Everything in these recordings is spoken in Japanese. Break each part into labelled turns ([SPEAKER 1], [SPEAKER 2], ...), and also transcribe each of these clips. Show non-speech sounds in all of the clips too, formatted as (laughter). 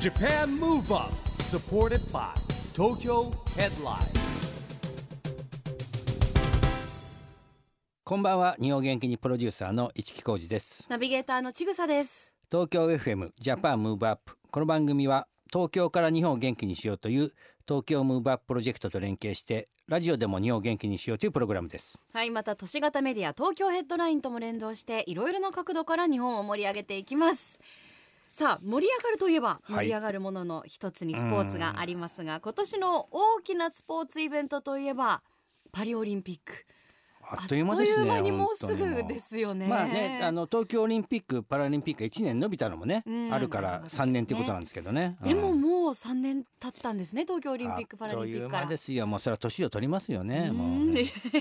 [SPEAKER 1] Japan Move Up, supported by Tokyo Headline.
[SPEAKER 2] こんばんは日本元気にプロデューサーの市木浩司です
[SPEAKER 3] ナビゲーターのちぐさです。
[SPEAKER 2] 東京 FM ジャパンムーブアップこの番組は東京から日本を元気にしようという東京ムーブアッププロジェクトと連携してラジオでも日本を元気にしようというプログラムです
[SPEAKER 3] はい、また都市型メディア東京ヘッドラインとも連動していろいろな角度から日本を盛り上げていきます。さあ盛り上がるといえば
[SPEAKER 2] はい
[SPEAKER 3] 盛り上がるものの一つにスポーツがありますが、今年の大きなスポーツイベントといえばパリオリンピック
[SPEAKER 2] あっという間ですね
[SPEAKER 3] あっという間にもうす
[SPEAKER 2] 本当にも
[SPEAKER 3] ぐですよね
[SPEAKER 2] まあねあの東京オリンピックパラリンピックが1年延びたのもね、
[SPEAKER 3] うん
[SPEAKER 2] あるから3年ということなんですけどね
[SPEAKER 3] でも
[SPEAKER 2] うん
[SPEAKER 3] もう3年経ったんですね東京オリンピック・パラリンピックか
[SPEAKER 2] あっという間
[SPEAKER 3] ら
[SPEAKER 2] で。すよもうそれは年を取りますよねもう
[SPEAKER 3] うん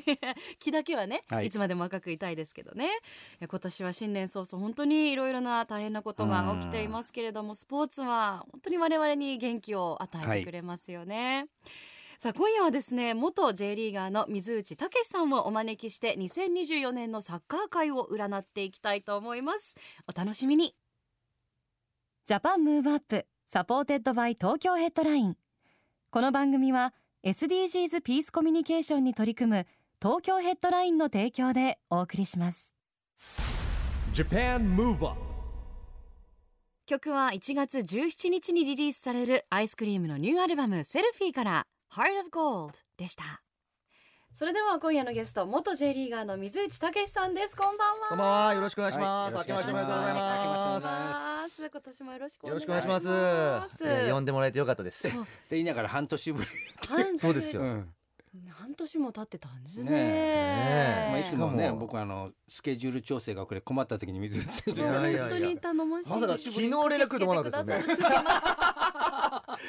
[SPEAKER 3] (laughs) 気だけはね、
[SPEAKER 2] はい
[SPEAKER 3] い、つまでも若くいたいですけどねいや今年は新年早々本当にいろいろな大変なことが起きていますけれどもスポーツは本当に我々に元気を与えてくれますよね。さあ今夜はですね元 J リーガーの水内武さんをお招きして2024年のサッカー界を占っていきたいと思いますお楽しみに
[SPEAKER 4] ジャパンムーブアップサポーテッドバイ東京ヘッドラインこの番組は SDGs ピースコミュニケーションに取り組む東京ヘッドラインの提供でお送りします。
[SPEAKER 1] Japan Move Up,
[SPEAKER 3] 曲は1月17日にリリースされるアイスクリームのニューアルバム「セルフィー」から「Heart of Gold」でしたそれでは今夜のゲスト元 J リーガーの水内武さんですこんばんは
[SPEAKER 5] こんばんは、よろしくお願いします。明
[SPEAKER 2] はい
[SPEAKER 5] けましておめでとうございま
[SPEAKER 3] 明けましておめでとうございます今年もよろしく
[SPEAKER 5] す。
[SPEAKER 3] お
[SPEAKER 5] よ
[SPEAKER 3] 願
[SPEAKER 5] ろ
[SPEAKER 3] い
[SPEAKER 5] し
[SPEAKER 3] し
[SPEAKER 5] くお願
[SPEAKER 3] ま
[SPEAKER 5] いしますす。いや呼んでもらえてよかったです。
[SPEAKER 2] って言いながら半年ぶり、
[SPEAKER 3] 半
[SPEAKER 5] そうですよ
[SPEAKER 2] うん
[SPEAKER 3] 半年も経ってたんですね
[SPEAKER 2] ね
[SPEAKER 5] え
[SPEAKER 2] まあ、い
[SPEAKER 5] え
[SPEAKER 2] つもね
[SPEAKER 5] しかも
[SPEAKER 2] 僕あのスケジュール調整が遅れ困った時に水内さ
[SPEAKER 5] い
[SPEAKER 2] んに
[SPEAKER 5] やいやいや
[SPEAKER 3] 本当に頼もしい
[SPEAKER 5] まさか昨日連絡来ると思わなかったですよね
[SPEAKER 3] 駆けつけてくださるすいません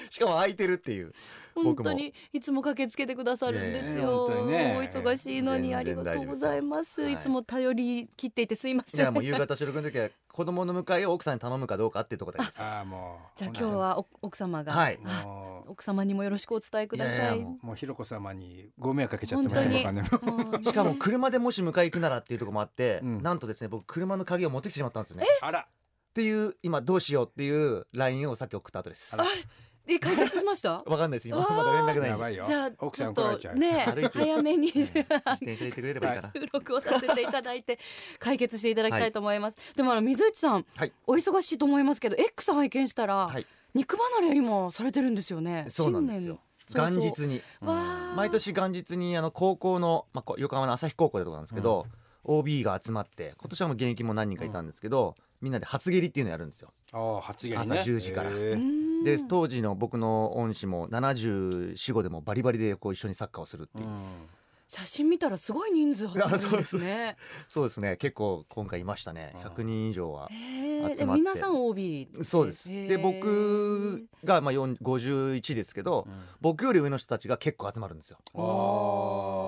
[SPEAKER 5] (laughs) しかも空いてるっていう。
[SPEAKER 3] 本
[SPEAKER 5] 僕も
[SPEAKER 3] 当にいつも駆けつけてくださるんです
[SPEAKER 2] いや
[SPEAKER 3] よ。
[SPEAKER 2] 本当にね
[SPEAKER 3] お忙しいのにあり
[SPEAKER 5] 全然
[SPEAKER 3] がとうございます。
[SPEAKER 5] 大丈夫ですよ
[SPEAKER 3] いつも頼り切っていてすいま
[SPEAKER 5] い
[SPEAKER 3] せ
[SPEAKER 5] や、
[SPEAKER 3] ん。
[SPEAKER 5] もう夕方収録の時は、子供の迎えを奥さんに頼むかどうかっていうところだけ (laughs) です。
[SPEAKER 2] ああもう
[SPEAKER 3] (laughs) じゃあ今日はお奥様が、
[SPEAKER 5] はい。
[SPEAKER 2] も
[SPEAKER 3] 奥様にもよろしくお伝えください。
[SPEAKER 5] いやいやも
[SPEAKER 2] うもうひろこ様にご迷惑かけちゃってます
[SPEAKER 5] 本
[SPEAKER 2] ね
[SPEAKER 5] 当
[SPEAKER 2] 僕はね
[SPEAKER 3] もう
[SPEAKER 5] しかも車でもし迎え行くならっていうところもあって、
[SPEAKER 2] うん
[SPEAKER 5] なんとですね、僕車の鍵を持ってきてしまったんですよね。
[SPEAKER 2] あら
[SPEAKER 5] っていう、今どうしようっていうラインをさっき送った後です。
[SPEAKER 2] あら
[SPEAKER 5] わ
[SPEAKER 3] え解決しました。
[SPEAKER 5] かんないです。今まだ連 (laughs) 絡ない
[SPEAKER 2] や
[SPEAKER 5] んで。
[SPEAKER 2] ばいよ
[SPEAKER 3] じゃあ
[SPEAKER 2] 奥
[SPEAKER 3] ち
[SPEAKER 2] さん
[SPEAKER 3] ょっ
[SPEAKER 2] 怒られちゃ
[SPEAKER 3] と
[SPEAKER 2] う、
[SPEAKER 3] ね
[SPEAKER 5] 悪いけど
[SPEAKER 3] 早めに
[SPEAKER 5] うん
[SPEAKER 3] じ
[SPEAKER 5] 自
[SPEAKER 3] ゃあ (laughs)
[SPEAKER 5] 転車で行ってくれればいいかな。
[SPEAKER 3] 収録をさせていただい
[SPEAKER 5] (laughs)
[SPEAKER 3] て解決していただきたいと思います。でもあの水内さん、
[SPEAKER 5] はい
[SPEAKER 3] お忙しいと思いますけど X 拝見したら、
[SPEAKER 5] はい
[SPEAKER 3] 肉離れ今されてるんですよね。
[SPEAKER 5] そうなんですよ。
[SPEAKER 3] 新
[SPEAKER 5] 元
[SPEAKER 3] 年
[SPEAKER 5] 日に。
[SPEAKER 3] わー
[SPEAKER 5] 毎年元日にあの高校の、まあ、こ横浜の朝日高校でとかなんですけど、OB が集まって今年はもう現役も何人かいたんですけど、みんなで初蹴りっていうのやるんですよ。
[SPEAKER 2] ああ発言ね
[SPEAKER 5] 朝10時から
[SPEAKER 2] へえ
[SPEAKER 3] うん
[SPEAKER 5] で当時の僕の恩師も745でもバリバリでこう一緒にサッカーをするっていう、
[SPEAKER 3] 写真見たらすごい人数集
[SPEAKER 5] (laughs)
[SPEAKER 3] まるんですね。
[SPEAKER 5] そうですね結構今回いましたね100人以上は。
[SPEAKER 3] へえ
[SPEAKER 5] 集
[SPEAKER 3] で
[SPEAKER 5] まって
[SPEAKER 3] 皆さん OB
[SPEAKER 5] そうです
[SPEAKER 3] へえ
[SPEAKER 5] で僕がまあ4 51ですけど、僕より上の人たちが結構集まるんですよ。
[SPEAKER 3] おー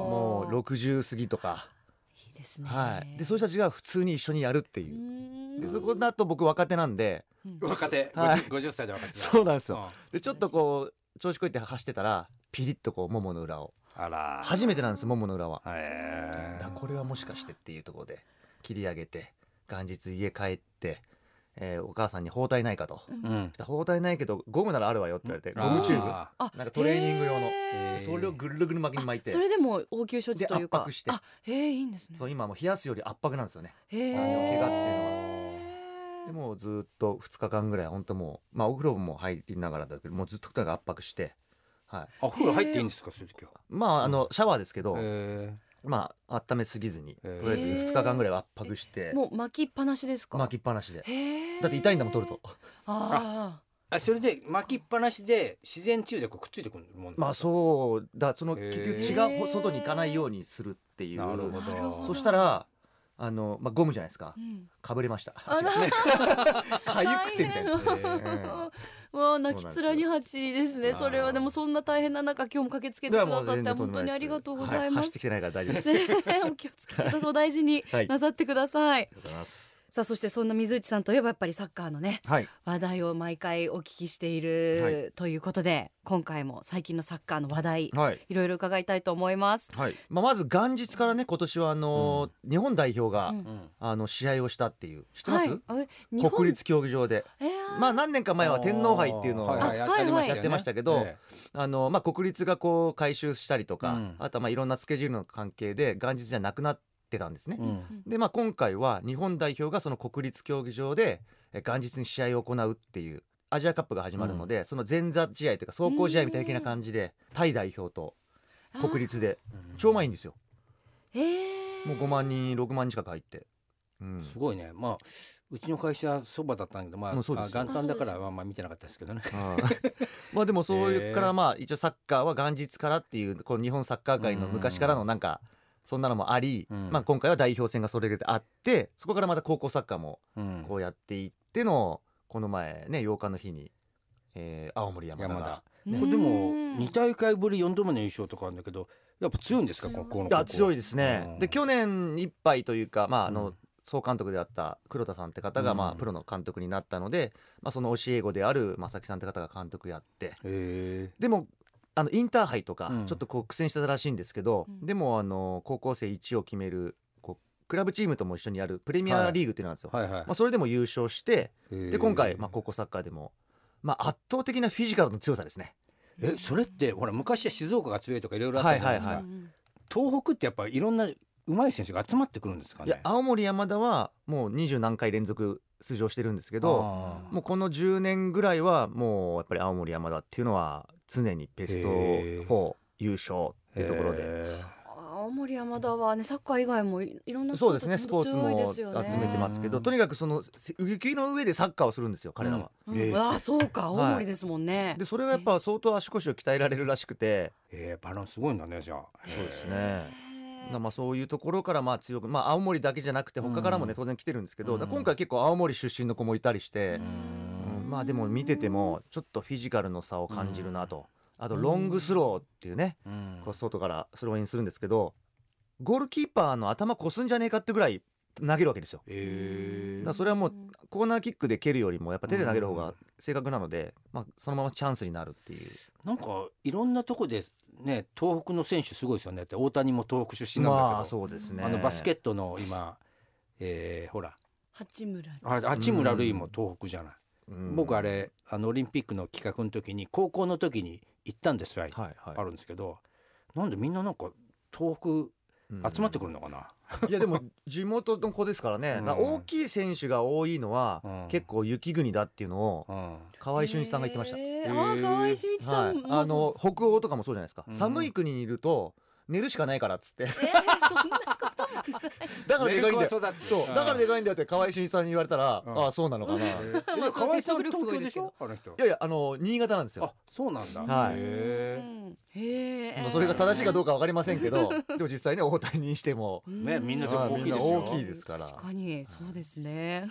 [SPEAKER 5] もう60過ぎとか、
[SPEAKER 3] いいですね。
[SPEAKER 5] はい、でそういう人たちが普通に一緒にやるっていうう。
[SPEAKER 3] ん
[SPEAKER 5] でそこだと僕若手なんで
[SPEAKER 2] 若手
[SPEAKER 5] はい
[SPEAKER 2] 50 50歳で若手だ
[SPEAKER 5] そうなんですよ
[SPEAKER 2] ん
[SPEAKER 5] でちょっとこう調子こいて走ってたらピリッとこうももの裏を
[SPEAKER 2] あら
[SPEAKER 5] 初めてなんですももの裏は
[SPEAKER 2] はい
[SPEAKER 5] だからこれはもしかしてっていうところで切り上げて元日家帰って、えーお母さんに包帯ないかと、そし
[SPEAKER 2] うん
[SPEAKER 5] たら包帯ないけどゴムならあるわよって言われてゴムチュー
[SPEAKER 2] あ
[SPEAKER 3] あ
[SPEAKER 5] ブなんかトレーニング用の
[SPEAKER 3] へ
[SPEAKER 2] ー
[SPEAKER 5] それをぐるぐる巻きに巻いて
[SPEAKER 3] それでも応急処置というか
[SPEAKER 5] で圧迫して
[SPEAKER 3] あへえいいんですね
[SPEAKER 5] そう今はもう冷やすより圧迫なんですよね
[SPEAKER 3] へえ
[SPEAKER 5] あの怪我っていう
[SPEAKER 3] う
[SPEAKER 5] でもうずっと2日間ぐらい本当もうまあお風呂も入りながらだけどもうずっととにかく圧迫してはい
[SPEAKER 2] お風呂入っていいんですかそういう時は
[SPEAKER 5] まああのシャワーですけど、
[SPEAKER 2] へ
[SPEAKER 5] まあ温めすぎずにと
[SPEAKER 2] へー
[SPEAKER 5] りあえず2日間ぐらいは圧迫して
[SPEAKER 3] もう巻きっぱなしですか
[SPEAKER 5] 巻きっぱなしで
[SPEAKER 3] へえ
[SPEAKER 5] だって痛いんだもん取ると
[SPEAKER 3] ああ
[SPEAKER 2] えあそれで巻きっぱなしで自然治癒でこうくっついてくるもん
[SPEAKER 5] まあそうだその
[SPEAKER 2] へー
[SPEAKER 5] 結局血がほ外に行かないようにするっていう
[SPEAKER 2] なるほ
[SPEAKER 3] なるほ
[SPEAKER 2] ど
[SPEAKER 3] ど
[SPEAKER 5] そしたらあの、まあ、ゴムじゃないですか
[SPEAKER 3] うん
[SPEAKER 5] かぶれました
[SPEAKER 3] あら
[SPEAKER 5] か (laughs) ゆくてみたいな
[SPEAKER 3] 大変
[SPEAKER 5] うん
[SPEAKER 3] わあ泣きつらに鉢です
[SPEAKER 5] そ
[SPEAKER 3] ね
[SPEAKER 5] うなんですよ
[SPEAKER 3] それはでもそんな大変な中今日も駆けつけてくださって本当にありがとうございま
[SPEAKER 5] は走っ
[SPEAKER 3] す (laughs)
[SPEAKER 5] てきてないから大丈夫ですあり
[SPEAKER 3] ねえお気をつけくださいお大事に
[SPEAKER 5] はい
[SPEAKER 3] なさってください
[SPEAKER 5] がとうございます
[SPEAKER 3] さあそしてそんな水内さんといえばやっぱりサッカーのね
[SPEAKER 5] はい
[SPEAKER 3] 話題を毎回お聞きしてい
[SPEAKER 5] は
[SPEAKER 3] るということで、今回も最近のサッカーの話題、
[SPEAKER 5] はい
[SPEAKER 3] いろいろ伺いたいと思います。
[SPEAKER 5] はいまあ、まず元日からね今年はあのー日本代表が、
[SPEAKER 3] うん
[SPEAKER 2] うん
[SPEAKER 5] あの試合をしたっていう知ってます、
[SPEAKER 3] はい、え日本
[SPEAKER 5] 国立競技場で
[SPEAKER 3] えー
[SPEAKER 5] まあ何年か前は天皇杯っていうのを、
[SPEAKER 2] はいはい
[SPEAKER 3] あはいはい
[SPEAKER 5] やってましたけどあのまあ、国立がこう改修したりとか、
[SPEAKER 2] うん
[SPEAKER 5] あとはまあいろんなスケジュールの関係で元日じゃなくなってたんですね。
[SPEAKER 2] うん
[SPEAKER 5] で、まあ、今回は日本代表がその国立競技場でえ元日に試合を行うっていうアジアカップが始まるので、その前座試合というか走行試合みたいな感じでタイ代表と国立で超満員ですよ
[SPEAKER 3] えー
[SPEAKER 5] もう5万人6万人近く入って。うん
[SPEAKER 2] すごいねまあうちの会社そばだったんだけどまあ、
[SPEAKER 5] うんそう
[SPEAKER 2] ま
[SPEAKER 5] で
[SPEAKER 2] あ
[SPEAKER 5] す
[SPEAKER 2] 元旦だからまあまあ見てなかったですけどね
[SPEAKER 5] あー (laughs) まあでもそういうか
[SPEAKER 2] へー
[SPEAKER 5] らまあ一応サッカーは元日からっていうこの日本サッカー界の昔からのなんかそんなのもあり、
[SPEAKER 2] うん
[SPEAKER 5] まあ今回は代表戦がそれであってそこからまた高校サッカーも
[SPEAKER 2] うん
[SPEAKER 5] こうやっていってのこの前ね8日の日に、えー青森山田
[SPEAKER 2] 山
[SPEAKER 5] が
[SPEAKER 2] 田これでも2大会ぶり4度目の優勝とかあるんだけどやっぱ強いんですか
[SPEAKER 3] 強
[SPEAKER 2] こ
[SPEAKER 3] い
[SPEAKER 2] この
[SPEAKER 5] いや強い
[SPEAKER 2] で
[SPEAKER 5] ですね、
[SPEAKER 2] うん
[SPEAKER 5] で去年いっぱいというかまああの、
[SPEAKER 2] うん
[SPEAKER 5] 総監督であった黒田さんって方が、ま
[SPEAKER 2] う
[SPEAKER 5] あ、
[SPEAKER 2] ん
[SPEAKER 5] プロの監督になったので、まあ、その教え子である正木さんって方が監督やって、
[SPEAKER 2] へ
[SPEAKER 5] でもあのインターハイとか
[SPEAKER 2] うん
[SPEAKER 5] ちょっとこう苦戦してたらしいんですけど、
[SPEAKER 3] うん
[SPEAKER 5] でもあの高校生1を決めるこうクラブチームとも一緒にやるプレミアリーグっていうのなんですよ、
[SPEAKER 2] えはいはい、
[SPEAKER 5] まあ、それでも優勝してで
[SPEAKER 2] で
[SPEAKER 5] 今回、まあ、高校サッカーでも、まあ、圧倒的なフィジカルの強さですね
[SPEAKER 2] えそれってほら昔は静岡が強いとかいろいろあったじゃないですか、
[SPEAKER 5] はいはい
[SPEAKER 3] うん
[SPEAKER 2] 東北ってやっぱいろんな上手い選手が集まってくるんですかね
[SPEAKER 5] いや青森山田はもう二十何回連続出場してるんですけど
[SPEAKER 2] あー
[SPEAKER 5] もうこの10年ぐらいはもうやっぱり青森山田っていうのは常にベスト
[SPEAKER 2] へー
[SPEAKER 5] 4優勝っていうところで
[SPEAKER 2] へ
[SPEAKER 3] 青森山田はねサッカー以外もいいろんな
[SPEAKER 5] そうですねスポーツ
[SPEAKER 3] 本当
[SPEAKER 5] も
[SPEAKER 3] 強い
[SPEAKER 5] 集
[SPEAKER 3] ですよね
[SPEAKER 5] めてますけど、
[SPEAKER 2] うん
[SPEAKER 5] とにかくそのせ雪の上でサッカーをするんですよ彼らは、
[SPEAKER 3] うん
[SPEAKER 2] ええ
[SPEAKER 3] ああそうか
[SPEAKER 5] はい
[SPEAKER 3] 青森ですもんね、
[SPEAKER 5] でそれがやっぱ相当足腰を鍛えられるらしくて、
[SPEAKER 2] えーバランスすごいんだねじゃあ
[SPEAKER 5] そうです
[SPEAKER 2] へ
[SPEAKER 5] ねなまあそういうところからまあ強くまあ青森だけじゃなくて他からもね
[SPEAKER 2] うん
[SPEAKER 5] 当然来てるんですけど、
[SPEAKER 2] うん
[SPEAKER 5] だから今回結構青森出身の子もいたりして
[SPEAKER 2] ーう、ん
[SPEAKER 5] うんまあでも見ててもちょっとフィジカルの差を感じるなと、あとロングスローっていうね、
[SPEAKER 2] うん
[SPEAKER 5] こう外からスローインするんですけどゴールキーパーの頭こすんじゃねえかってぐらい投げるわけですよ。だ
[SPEAKER 2] えー
[SPEAKER 5] からそれはもうコーナーキックで蹴るよりもやっぱ手で投げる方が正確なので、まあ、そのままチャンスになるっていう
[SPEAKER 2] なんかいろんなとこでね東北の選手すごいですよねだって大谷も東北出身なんだけど、
[SPEAKER 5] まあそうですね
[SPEAKER 2] あのバスケ
[SPEAKER 5] ッ
[SPEAKER 2] ットの今、えーほら
[SPEAKER 3] 八村
[SPEAKER 2] あ八村塁も東北じゃない、
[SPEAKER 5] ト、
[SPEAKER 2] 僕あれあのオリンピックの企画の時に高校の時に行ったんですよ、
[SPEAKER 5] はい
[SPEAKER 2] あ
[SPEAKER 5] は
[SPEAKER 2] るんですけどなんでみんななんか東
[SPEAKER 5] い
[SPEAKER 2] 北集まってく
[SPEAKER 5] る
[SPEAKER 2] るのかな、
[SPEAKER 5] いやでも地元の子ですからね、
[SPEAKER 2] うん
[SPEAKER 5] だから大きい選手が多いのは、
[SPEAKER 2] うん
[SPEAKER 5] 結構雪国だっていうのを
[SPEAKER 2] うん
[SPEAKER 5] 河合俊一さんが言ってました、
[SPEAKER 3] えーああ河合俊一さ
[SPEAKER 5] は
[SPEAKER 3] ん
[SPEAKER 5] い、
[SPEAKER 3] も
[SPEAKER 5] あの北欧とかもそうじゃないですか、
[SPEAKER 2] うん
[SPEAKER 5] 寒い国にいると寝るしかないからっつって
[SPEAKER 2] (laughs)
[SPEAKER 3] えーそんなこと
[SPEAKER 5] だからでかいんだよ
[SPEAKER 2] 寝る子は育つ
[SPEAKER 5] そうだからでかいんだよって河合俊一さんに言われたら、
[SPEAKER 2] うん
[SPEAKER 5] ああそうなのかな、い
[SPEAKER 2] え
[SPEAKER 3] まあ
[SPEAKER 2] 河合さん
[SPEAKER 3] 説得力す
[SPEAKER 2] 東京
[SPEAKER 3] ごい
[SPEAKER 2] で
[SPEAKER 3] です
[SPEAKER 2] し
[SPEAKER 3] けど
[SPEAKER 2] ょあの人
[SPEAKER 5] やいやあの新潟なんですよ
[SPEAKER 2] あそうなんだ、
[SPEAKER 5] はい
[SPEAKER 2] へー
[SPEAKER 3] うんへえ
[SPEAKER 5] まあそれが正しいかど
[SPEAKER 3] う
[SPEAKER 5] うかわかりませんけ
[SPEAKER 3] (laughs)
[SPEAKER 5] どでも実際ね大谷にしても、
[SPEAKER 3] か
[SPEAKER 2] ねみんなでも
[SPEAKER 5] はい
[SPEAKER 2] 大き
[SPEAKER 5] み
[SPEAKER 2] いです
[SPEAKER 5] ん
[SPEAKER 2] よ
[SPEAKER 5] な大きいですから、
[SPEAKER 3] 確かにそうですね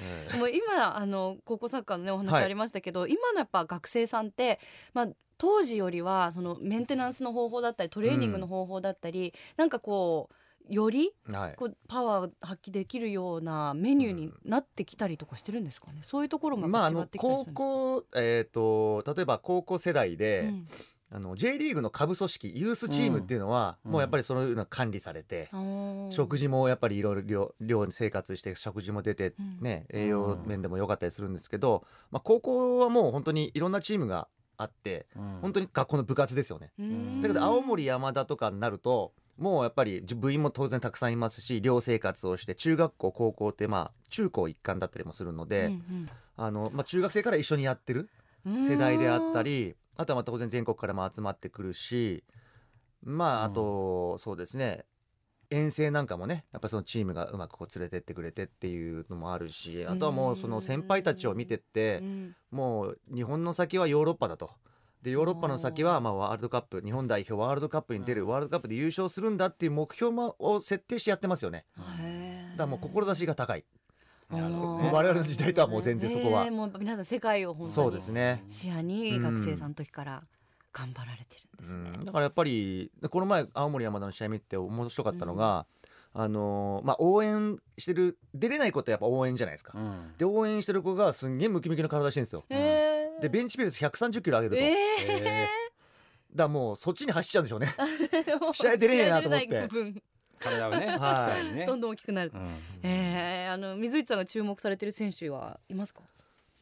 [SPEAKER 5] ええ
[SPEAKER 3] もう今あの高校サッカーのねお話
[SPEAKER 5] はい
[SPEAKER 3] ありましたけど、今のやっぱ学生さんってまあ当時よりはそのメンテナンスの方法だったりトレーニングの方法だったり、なんかこうより
[SPEAKER 5] はい、
[SPEAKER 3] こうパワーを発揮できるようなメニューになってきたりとかしてるんですかね、そういうところも
[SPEAKER 5] まあ
[SPEAKER 3] や
[SPEAKER 5] あ
[SPEAKER 3] っぱ違
[SPEAKER 5] の
[SPEAKER 3] ってきたり
[SPEAKER 5] 高
[SPEAKER 3] するんです
[SPEAKER 5] 校
[SPEAKER 3] か、
[SPEAKER 5] えっ、と例えば高校世代で、
[SPEAKER 3] うん
[SPEAKER 5] あの J リーグの下部組織ユースチームっていうのは、
[SPEAKER 2] うん
[SPEAKER 5] もうやっぱりそういうのが管理されて、
[SPEAKER 3] あー
[SPEAKER 5] 食事もやっぱりいろいろ量量に生活して食事も出て
[SPEAKER 3] うん、
[SPEAKER 5] ね栄養面でも良かったりするんですけど、まあ、高校はもう本当にいろんなチームがあって本当に学校の部活ですよね。
[SPEAKER 3] うん
[SPEAKER 5] だけど青森山田とかになるともうやっぱり部員も当然たくさんいますし寮生活をして中学校高校ってまあ中高一貫だったりもするので、
[SPEAKER 3] うん
[SPEAKER 5] あのまあ、中学生から一緒にやってる
[SPEAKER 3] うん
[SPEAKER 5] 世代であったりあとはまあ当然全国からも集まってくるしまああと、そうですね遠征なんかもねやっぱそのチームがうまくこう連れてってくれてっていうのもあるしあとはもうその先輩たちを見てって
[SPEAKER 3] うん
[SPEAKER 5] もう日本の先はヨーロッパだと。でヨーロッパの先はまあワールドカップ日本代表ワールドカップに出るワールドカップで優勝するんだっていう目標もを設定してやってますよね
[SPEAKER 3] へー
[SPEAKER 5] だからもう志が高い
[SPEAKER 2] なるほどね
[SPEAKER 5] もう我々の時代とはもう全然そこは
[SPEAKER 3] ねえもう皆さん世界を本当に
[SPEAKER 5] そうですね
[SPEAKER 3] 視野に学生さんの時から頑張られてるんですね。
[SPEAKER 5] うんだからやっぱりこの前青森山田の試合見て面白かったのが、あのーまあ、応援してる出れないことはやっぱ応援じゃないですか、
[SPEAKER 2] うん
[SPEAKER 5] で応援してる子がすんげえムキムキの体してるんですよ、
[SPEAKER 3] えー
[SPEAKER 5] でベンチプレス130キロ上げると、だか
[SPEAKER 3] え
[SPEAKER 5] らもうそっちに走っちゃうんでしょうね
[SPEAKER 3] ー
[SPEAKER 5] 試合出れねえなと思って
[SPEAKER 3] 試合出れない分
[SPEAKER 2] 体をね、
[SPEAKER 5] はい
[SPEAKER 2] 鍛えるね
[SPEAKER 3] どんどん大きくなる
[SPEAKER 2] う。ん
[SPEAKER 3] えー、あの水内さんが注目されてる選手はいますか？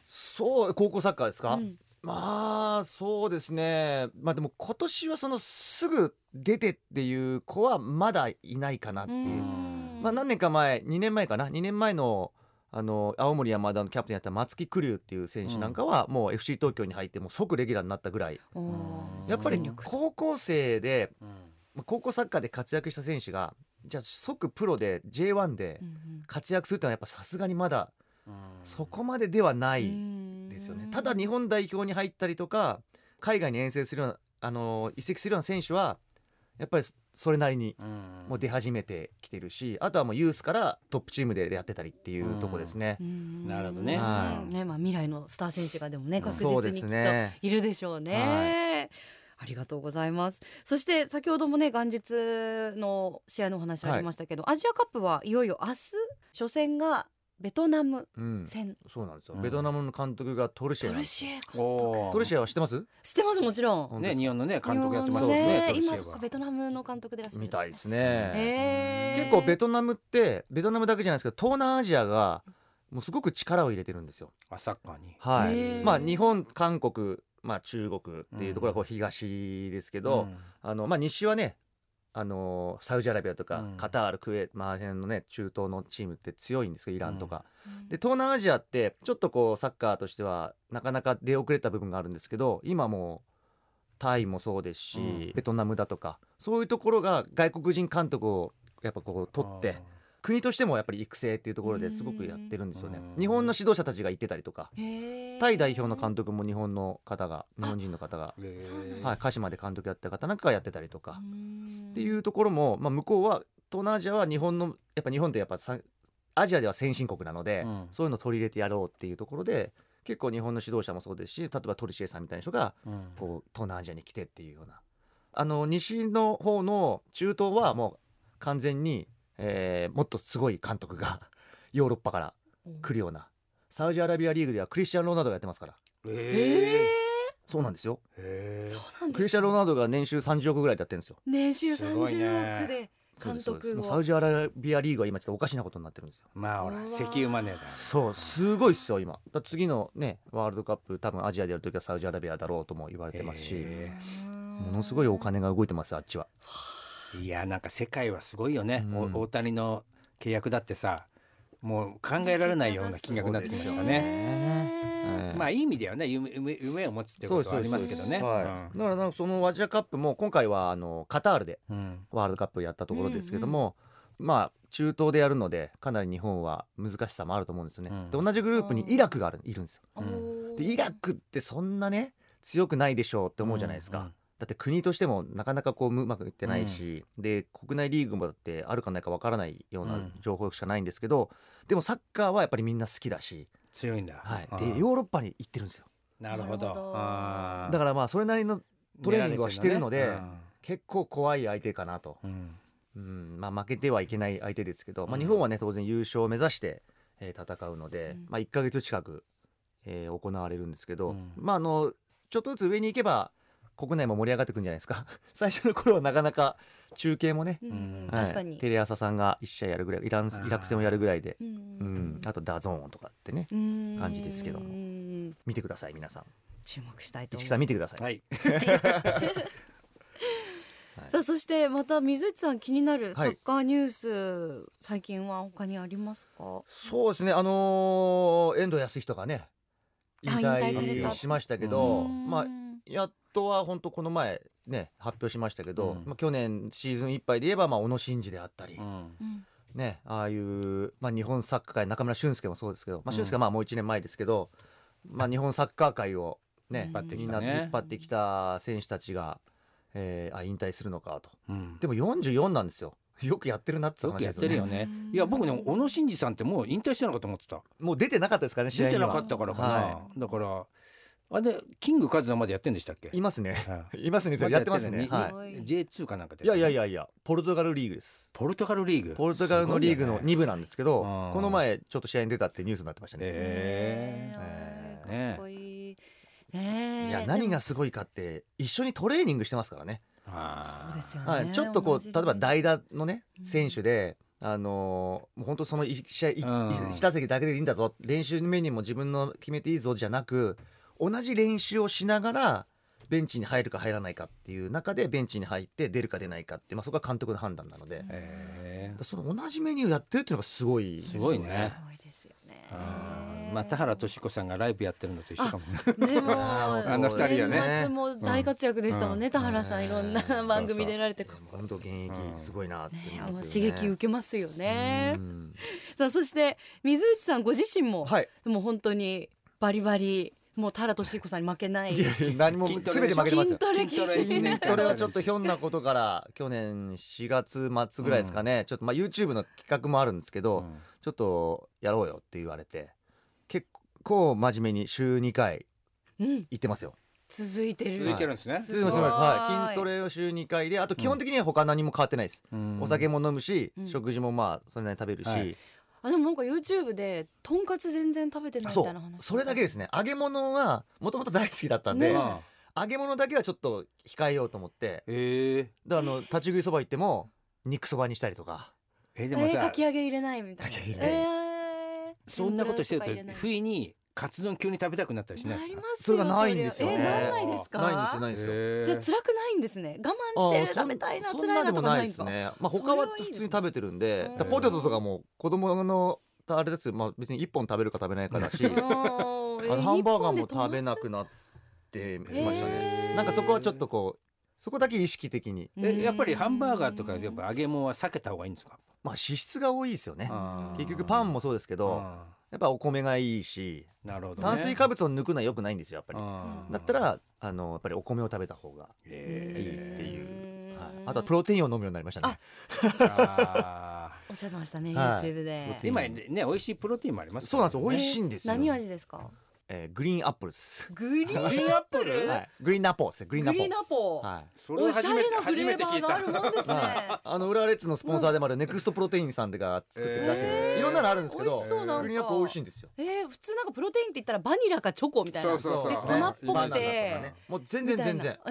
[SPEAKER 5] そう高校サッカーですか、
[SPEAKER 3] うん
[SPEAKER 5] まあそうですねまあでも今年はそのすぐ出てっていう子はまだいないかなっていう、
[SPEAKER 3] うん
[SPEAKER 5] まあ、何年か前2年前かな2年前のあの青森山田のキャプテンやった松木玖生っていう選手なんかはもう FC 東京に入ってもう即レギュラーになったぐらい
[SPEAKER 3] おー
[SPEAKER 5] やっぱり
[SPEAKER 3] 即戦力
[SPEAKER 5] 高校生で
[SPEAKER 2] うん
[SPEAKER 5] まあ高校サッカーで活躍した選手がじゃあ即プロで J1 で
[SPEAKER 3] うんうん
[SPEAKER 5] 活躍するってのはやっぱさすがにまだ
[SPEAKER 2] うん
[SPEAKER 5] そこまでではな
[SPEAKER 3] う
[SPEAKER 5] い
[SPEAKER 3] ん
[SPEAKER 5] ですよね。ただ日本代表に入ったりとか海外に遠征するようなあの移籍するような選手はやっぱりそれなりに
[SPEAKER 2] うん
[SPEAKER 5] もう出始めてきてるしあとはもうユースからトップチームでやってたりっていうとこですね
[SPEAKER 3] う。ん
[SPEAKER 2] なるほどね
[SPEAKER 5] はい
[SPEAKER 3] うんね、まあ未来のスター選手がでもね確
[SPEAKER 5] そう
[SPEAKER 3] 実
[SPEAKER 5] で
[SPEAKER 3] にき
[SPEAKER 5] す
[SPEAKER 3] っと
[SPEAKER 5] ね
[SPEAKER 3] いるでしょうね。ありがとうございます。そして先ほどもね元日の試合のお話ありましたけど、アジアカップはいよいよ明日初戦がベトナム
[SPEAKER 5] うん、
[SPEAKER 3] 戦。
[SPEAKER 5] そうなんですよ、
[SPEAKER 2] うん
[SPEAKER 5] ベトナムの監督がトルシ
[SPEAKER 3] ト
[SPEAKER 5] エなん
[SPEAKER 3] ル
[SPEAKER 5] です
[SPEAKER 3] シエ監督。
[SPEAKER 2] おー
[SPEAKER 5] トルシエは知ってます
[SPEAKER 3] 知ってますもちろん。
[SPEAKER 5] 本当で
[SPEAKER 2] ね
[SPEAKER 5] すか
[SPEAKER 2] 日本のね監督やってますもん
[SPEAKER 3] 日
[SPEAKER 2] ね
[SPEAKER 3] 本の今そ
[SPEAKER 2] トル
[SPEAKER 3] っか
[SPEAKER 2] シエ
[SPEAKER 3] ベトナムの監督でいらっしゃるん
[SPEAKER 5] み
[SPEAKER 3] です
[SPEAKER 5] たいです
[SPEAKER 3] ね。
[SPEAKER 5] ね、
[SPEAKER 3] えー
[SPEAKER 5] 結構ベトナムってベトナムだけじゃないですけど東南アジアがもうすごく力を入れてるんですよ。
[SPEAKER 2] はあサッカーに
[SPEAKER 5] はい
[SPEAKER 3] へー
[SPEAKER 5] まあ、日本韓国、まあ、中国っていうところはこう東ですけど、
[SPEAKER 2] うん
[SPEAKER 5] あのまあ、西はねあのサウジアラビアとか、
[SPEAKER 2] うん
[SPEAKER 5] カタールクエート、まあ、あの辺のね中東のチームって強いんですけどイランとか、
[SPEAKER 3] うん
[SPEAKER 5] で東南アジアってちょっとこうサッカーとしてはなかなか出遅れた部分があるんですけど今もうタイもそうですし、
[SPEAKER 2] うん
[SPEAKER 5] ベトナムだとかそういうところが外国人監督をやっぱこう取って国としてもやっぱり育成っていうところですごくやってるんですよね
[SPEAKER 2] うん
[SPEAKER 5] 日本の指導者たちが行ってたりとか
[SPEAKER 3] へー
[SPEAKER 5] タイ代表の監督も日本の方が日本人の方が、
[SPEAKER 2] あーへー
[SPEAKER 3] そうなんです
[SPEAKER 5] はい、鹿島で監督やった方なんかがやってたりとか
[SPEAKER 3] うん
[SPEAKER 5] っていうところも、まあ、向こうは東南アジアは日本のやっぱ日本ってやっぱさアジアでは先進国なので、
[SPEAKER 2] うん
[SPEAKER 5] そういうのを取り入れてやろうっていうところで結構日本の指導者もそうですし例えばトルシエさんみたいな人が
[SPEAKER 2] うん
[SPEAKER 5] こう東南アジアに来てっていうようなあの西の方の中東はもう完全に、えーもっとすごい監督が (laughs) ヨーロッパから来るようなサウジアラビアリーグではクリスチャン・ロナウドがやってますから
[SPEAKER 3] え
[SPEAKER 2] へ
[SPEAKER 5] そうなんですよ
[SPEAKER 2] ーへー
[SPEAKER 3] ーそうなんです
[SPEAKER 5] クリスチャン・ロナウドが年収30億ぐらいでやってるんですよ
[SPEAKER 3] 年収
[SPEAKER 2] すごい
[SPEAKER 3] 30
[SPEAKER 2] ね
[SPEAKER 3] 億で監
[SPEAKER 5] そうですそうです
[SPEAKER 3] 督
[SPEAKER 5] もうサウ
[SPEAKER 3] を
[SPEAKER 5] ジアラビアリーグは今ちょっとおかしなことになってるんですよ
[SPEAKER 2] まあほ
[SPEAKER 3] う
[SPEAKER 2] ら
[SPEAKER 3] わ
[SPEAKER 2] 石
[SPEAKER 3] ー
[SPEAKER 2] 油マネーだ
[SPEAKER 5] そうすごいっすよ今だ次のねワールドカップ多分アジアでやるときはサウジアラビアだろうとも言われてますし
[SPEAKER 2] へ
[SPEAKER 5] ものすごいお金が動いてますあっちは、
[SPEAKER 2] いやなんか世界はすごいよね、
[SPEAKER 5] うん
[SPEAKER 2] お大谷の契約だってさもう考えられないような金額になってきました
[SPEAKER 5] そうです
[SPEAKER 2] ね。
[SPEAKER 5] ええ
[SPEAKER 2] まあいい意味だよね夢夢夢を持つってことはありますけどね。
[SPEAKER 5] はいだからなんかそのアジアカップも今回はあのカタールで
[SPEAKER 2] うんうん
[SPEAKER 5] ワールドカップをやったところですけども、まあ中東でやるのでかなり日本は難しさもあると思うんですよね、
[SPEAKER 2] うん
[SPEAKER 5] で同じグループにイラクがあるいるんですよ
[SPEAKER 3] おー
[SPEAKER 5] でイラクってそんなね強くないでしょうって思うじゃないですか、
[SPEAKER 2] うんうん
[SPEAKER 5] だって国としてもなかなかこううまくいってないし、で国内リーグもだってあるかないかわからないよう
[SPEAKER 2] う
[SPEAKER 5] なん情報しかないんですけど、でもサッカーはやっぱりみんな好きだし、
[SPEAKER 2] 強いんだ。
[SPEAKER 5] はい
[SPEAKER 2] あ、ー
[SPEAKER 5] でヨーロッパに行ってるんですよ
[SPEAKER 2] なるほ
[SPEAKER 3] なる
[SPEAKER 2] ど
[SPEAKER 3] ほど。
[SPEAKER 2] あー
[SPEAKER 5] だからまあそれなりのトレーニングはしてるので
[SPEAKER 2] 練られてるね
[SPEAKER 5] 結構怖い相手かなと、
[SPEAKER 2] うんうん
[SPEAKER 5] うんまあ、負けてはいけない相手ですけど、ま
[SPEAKER 2] う
[SPEAKER 5] あ、
[SPEAKER 2] ん
[SPEAKER 5] 日本はね当然優勝を目指して、えー戦うので、
[SPEAKER 3] うん
[SPEAKER 5] まあ、1か月近く、えー行われるんですけど、
[SPEAKER 2] うん
[SPEAKER 5] まああのちょっとずつ上に行けば国内も盛り上がってくんじゃないですか (laughs) 最初の頃はなかなか中継もね、
[SPEAKER 3] うんうん
[SPEAKER 2] うん
[SPEAKER 5] はい
[SPEAKER 3] 確かに
[SPEAKER 5] テレ朝さんが1試合やるぐらいイラン
[SPEAKER 2] あー
[SPEAKER 5] イラク戦をやるぐらいで、
[SPEAKER 3] う
[SPEAKER 5] うん、あとダゾーンとかってね
[SPEAKER 3] うん
[SPEAKER 5] 感じですけども
[SPEAKER 3] うん
[SPEAKER 5] 見てください皆さん
[SPEAKER 3] 注目したいと
[SPEAKER 5] 一
[SPEAKER 3] 思
[SPEAKER 5] 木
[SPEAKER 3] い
[SPEAKER 5] さん
[SPEAKER 3] ます
[SPEAKER 5] 見てください、
[SPEAKER 2] はい。
[SPEAKER 3] さあそしてまた水内さん気になるサ
[SPEAKER 5] はい
[SPEAKER 3] ッカーニュース、最近は他にありますか
[SPEAKER 5] そうですねあのー遠藤康仁がね引
[SPEAKER 3] あ引退され
[SPEAKER 5] 退
[SPEAKER 3] た
[SPEAKER 5] しましたけど、
[SPEAKER 3] うん
[SPEAKER 5] まあやっとは本当この前ね発表しましたけど、
[SPEAKER 2] うん
[SPEAKER 5] まあ、去年シーズンいっぱいで言えば、まあ、小野伸二であったり、
[SPEAKER 2] うん
[SPEAKER 3] うん
[SPEAKER 5] ねああいう、まあ、日本サッカー界中村俊輔もそうですけど、まあ、俊輔はまあもう1年前ですけど、まあ、日本サッカー界をね
[SPEAKER 3] 引っ張って
[SPEAKER 2] き
[SPEAKER 5] みんな
[SPEAKER 2] たね
[SPEAKER 5] 引っ張ってきた選手たちが、えーあ引退するのかと
[SPEAKER 2] うん。
[SPEAKER 5] でも44なんですよ (laughs) よくやってるなって
[SPEAKER 2] よ
[SPEAKER 5] 話
[SPEAKER 2] くや
[SPEAKER 5] で
[SPEAKER 2] っ
[SPEAKER 5] すよ
[SPEAKER 2] てる
[SPEAKER 5] ね
[SPEAKER 2] よね。いや僕ね小野伸二さんってもう引退してるのかと思ってた。
[SPEAKER 5] もう出てなかったですからね試合
[SPEAKER 2] 出
[SPEAKER 5] に
[SPEAKER 2] て
[SPEAKER 5] は
[SPEAKER 2] なかったからかな。
[SPEAKER 5] は
[SPEAKER 2] だからあれキングカズナまでやってんでしたっけ
[SPEAKER 5] いますね。 (laughs)
[SPEAKER 2] はい
[SPEAKER 5] ますね。それやってますね。
[SPEAKER 2] だや
[SPEAKER 5] は
[SPEAKER 2] ってん
[SPEAKER 5] い。
[SPEAKER 2] のに
[SPEAKER 3] はい
[SPEAKER 2] J2 かなんかで
[SPEAKER 5] いやいやいやいや、ポルトガルリーグです。
[SPEAKER 2] ポルトガルリーグ
[SPEAKER 5] ポルトガルのリーグの2部なんですけど、
[SPEAKER 2] すごいねうん
[SPEAKER 5] この前ちょっと試合に出たってニュースになってましたね。
[SPEAKER 2] え
[SPEAKER 3] え
[SPEAKER 2] えね
[SPEAKER 3] ーかっこいい。ねえ
[SPEAKER 5] いや何が
[SPEAKER 3] です
[SPEAKER 5] ごいかって一緒にトレーニングしてますからね。
[SPEAKER 2] すあ
[SPEAKER 3] もそう
[SPEAKER 2] ー
[SPEAKER 3] ですよね。
[SPEAKER 5] はい、ちょっとこう
[SPEAKER 3] 同
[SPEAKER 5] 例
[SPEAKER 3] じ
[SPEAKER 5] え
[SPEAKER 3] よに
[SPEAKER 5] ば代打のね
[SPEAKER 3] うん
[SPEAKER 5] 選手で、あのーもう本当その一試合一
[SPEAKER 2] うん
[SPEAKER 5] 一打席だけでいいんだぞ練習メニューも自分の決めていいぞじゃなく同じ練習をしながらベンチに入るか入らないかっていう中でベンチに入って出るか出ないかって、まあ、そこは監督の判断なので、だか
[SPEAKER 2] え
[SPEAKER 5] らその同じメニューやってるっていうのがすごいです
[SPEAKER 2] ごいね
[SPEAKER 3] すごいですよね
[SPEAKER 2] え。まあ田原俊子さんがライブやってるのと一緒かもね
[SPEAKER 3] でも
[SPEAKER 5] あー
[SPEAKER 2] あの二人はね
[SPEAKER 3] 年末も大活躍でしたもんね、田原さんいろんな
[SPEAKER 5] うん
[SPEAKER 3] (laughs) 番組出られて
[SPEAKER 5] いやもう本当現役すごいなって思い
[SPEAKER 3] あの
[SPEAKER 5] ます
[SPEAKER 3] 刺
[SPEAKER 5] よね
[SPEAKER 3] 激受けますよね
[SPEAKER 5] うん
[SPEAKER 3] さあそして水内さんご自身も、
[SPEAKER 5] はい
[SPEAKER 3] もう本当にバリバリもう田原俊彦さんに負けな
[SPEAKER 5] (laughs)
[SPEAKER 3] い
[SPEAKER 5] いやいや何も全て負けてますよ
[SPEAKER 3] 筋トレ筋トレ
[SPEAKER 5] 筋トレはちょっとひょんなことから去年4月末ぐらいですかね、ちょっとまあ YouTube の企画もあるんですけど、
[SPEAKER 2] うん
[SPEAKER 5] ちょっとやろうよって言われて結構真面目に週2回
[SPEAKER 3] うん、
[SPEAKER 5] 行ってますよ
[SPEAKER 3] 続いてる
[SPEAKER 2] 続いてるんですね
[SPEAKER 3] す
[SPEAKER 5] すいませんすいませんはい筋トレを週2回であと基本的には他何も変わってないです、お酒
[SPEAKER 2] も
[SPEAKER 5] も飲むし、
[SPEAKER 3] うん
[SPEAKER 5] 食事もまあそれなりに食べるし、
[SPEAKER 2] はい
[SPEAKER 3] あでもなんか YouTube でとんかつ全然食べてないみ
[SPEAKER 5] そ
[SPEAKER 3] たいうな話
[SPEAKER 5] それだけですね揚げ物はもともと大好きだったんで、
[SPEAKER 3] ね
[SPEAKER 5] 揚げ物だけはちょっと控えようと思って
[SPEAKER 2] ええ
[SPEAKER 5] だからあの立ち食いそば行っても肉そばにしたりとか
[SPEAKER 2] えで
[SPEAKER 3] え
[SPEAKER 2] も
[SPEAKER 3] ー、
[SPEAKER 2] さ
[SPEAKER 3] かき揚げ入れないみたいな
[SPEAKER 5] かき揚げ入れ
[SPEAKER 3] えー
[SPEAKER 2] そんなことしてる
[SPEAKER 3] 天ぷら
[SPEAKER 2] と
[SPEAKER 3] か
[SPEAKER 2] 不意にカツ丼急に食べたくなったりしない
[SPEAKER 3] 入れないな
[SPEAKER 2] です
[SPEAKER 3] り
[SPEAKER 5] それ
[SPEAKER 2] か
[SPEAKER 3] ますよ
[SPEAKER 5] がないんですよね
[SPEAKER 3] それはえー、なんないですか
[SPEAKER 5] ないんですよないんですよ、
[SPEAKER 2] へえ
[SPEAKER 3] じゃあ辛くないんですね我慢してる
[SPEAKER 5] あーそん
[SPEAKER 3] 食べたいな
[SPEAKER 5] そん
[SPEAKER 3] 辛いなとかないん
[SPEAKER 5] で
[SPEAKER 3] です
[SPEAKER 5] す
[SPEAKER 3] か
[SPEAKER 5] ね。まあ
[SPEAKER 3] それ
[SPEAKER 5] 他は
[SPEAKER 3] はいい
[SPEAKER 5] 普
[SPEAKER 3] です
[SPEAKER 5] 通に食べてるんで、
[SPEAKER 3] うん
[SPEAKER 5] だからポテトとかも子供のあれですよまあ別に一本食べるか食べないかだし、あ
[SPEAKER 3] おーえ
[SPEAKER 5] のハンバーガーも食べ
[SPEAKER 3] 一
[SPEAKER 5] なくなってき
[SPEAKER 3] 本で止ま
[SPEAKER 5] ましたね。
[SPEAKER 3] えー
[SPEAKER 5] なんかそこはちょっとこうそこだけ意識的に、
[SPEAKER 2] えやっぱりハンバーガーとか
[SPEAKER 3] うん
[SPEAKER 2] やっぱ揚げ物は避けた方がいいんですか
[SPEAKER 5] まあ脂質が多いですよね。
[SPEAKER 2] あー
[SPEAKER 5] 結局パンもそうですけど、
[SPEAKER 2] あ
[SPEAKER 5] やっぱお米がいいし、
[SPEAKER 2] ーなるほどね
[SPEAKER 5] 炭水化物を抜くのは良くないんですよやっぱり。
[SPEAKER 2] あー
[SPEAKER 5] だったらあのやっぱりお米を食べた方がいいって
[SPEAKER 2] え
[SPEAKER 5] いう。はい
[SPEAKER 3] うん
[SPEAKER 5] あとはプロテインを飲むようになりましたね。
[SPEAKER 2] えあー
[SPEAKER 3] おっしゃってましたね
[SPEAKER 5] はい
[SPEAKER 3] YouTube で
[SPEAKER 5] プロテイン
[SPEAKER 2] 今ね美味しいプロテインもあります
[SPEAKER 5] そうなんですよ。美味
[SPEAKER 2] い
[SPEAKER 5] しいんですよ。
[SPEAKER 3] 何味ですか
[SPEAKER 5] えーグリーンアップルです。
[SPEAKER 3] グリーン
[SPEAKER 2] グリーンアップル
[SPEAKER 5] はい、グリーンナポーですね。グ
[SPEAKER 3] グ
[SPEAKER 5] リ
[SPEAKER 3] リ
[SPEAKER 5] ーンナポ
[SPEAKER 3] ー
[SPEAKER 5] ー
[SPEAKER 3] ン。アポー
[SPEAKER 5] はい。
[SPEAKER 2] それ
[SPEAKER 3] お
[SPEAKER 2] は
[SPEAKER 3] し
[SPEAKER 2] 初
[SPEAKER 3] ゃ
[SPEAKER 2] め
[SPEAKER 3] れ
[SPEAKER 2] て
[SPEAKER 3] なフ
[SPEAKER 2] 初
[SPEAKER 3] レ
[SPEAKER 2] め
[SPEAKER 3] ー
[SPEAKER 2] て
[SPEAKER 3] バ
[SPEAKER 2] 聞
[SPEAKER 3] ー
[SPEAKER 2] い
[SPEAKER 3] が
[SPEAKER 2] た
[SPEAKER 3] あるもんですね
[SPEAKER 5] あの浦和レッズのスポンサーでもあるネクストプロテインさんが作ってるらしいので、
[SPEAKER 3] えー
[SPEAKER 5] いろんなのあるんですけ
[SPEAKER 3] 美
[SPEAKER 5] ど、
[SPEAKER 3] 味しそうなんか
[SPEAKER 5] グリーンアップル美味しいんですよ。
[SPEAKER 3] えー、普通なんかプロテインって言ったらバニラかチョコみたいな
[SPEAKER 2] そうそうそう
[SPEAKER 3] で粉っぽ
[SPEAKER 5] バナナ
[SPEAKER 3] く
[SPEAKER 5] とか
[SPEAKER 3] て、
[SPEAKER 5] ね、もう全然全然、
[SPEAKER 3] みたいなえ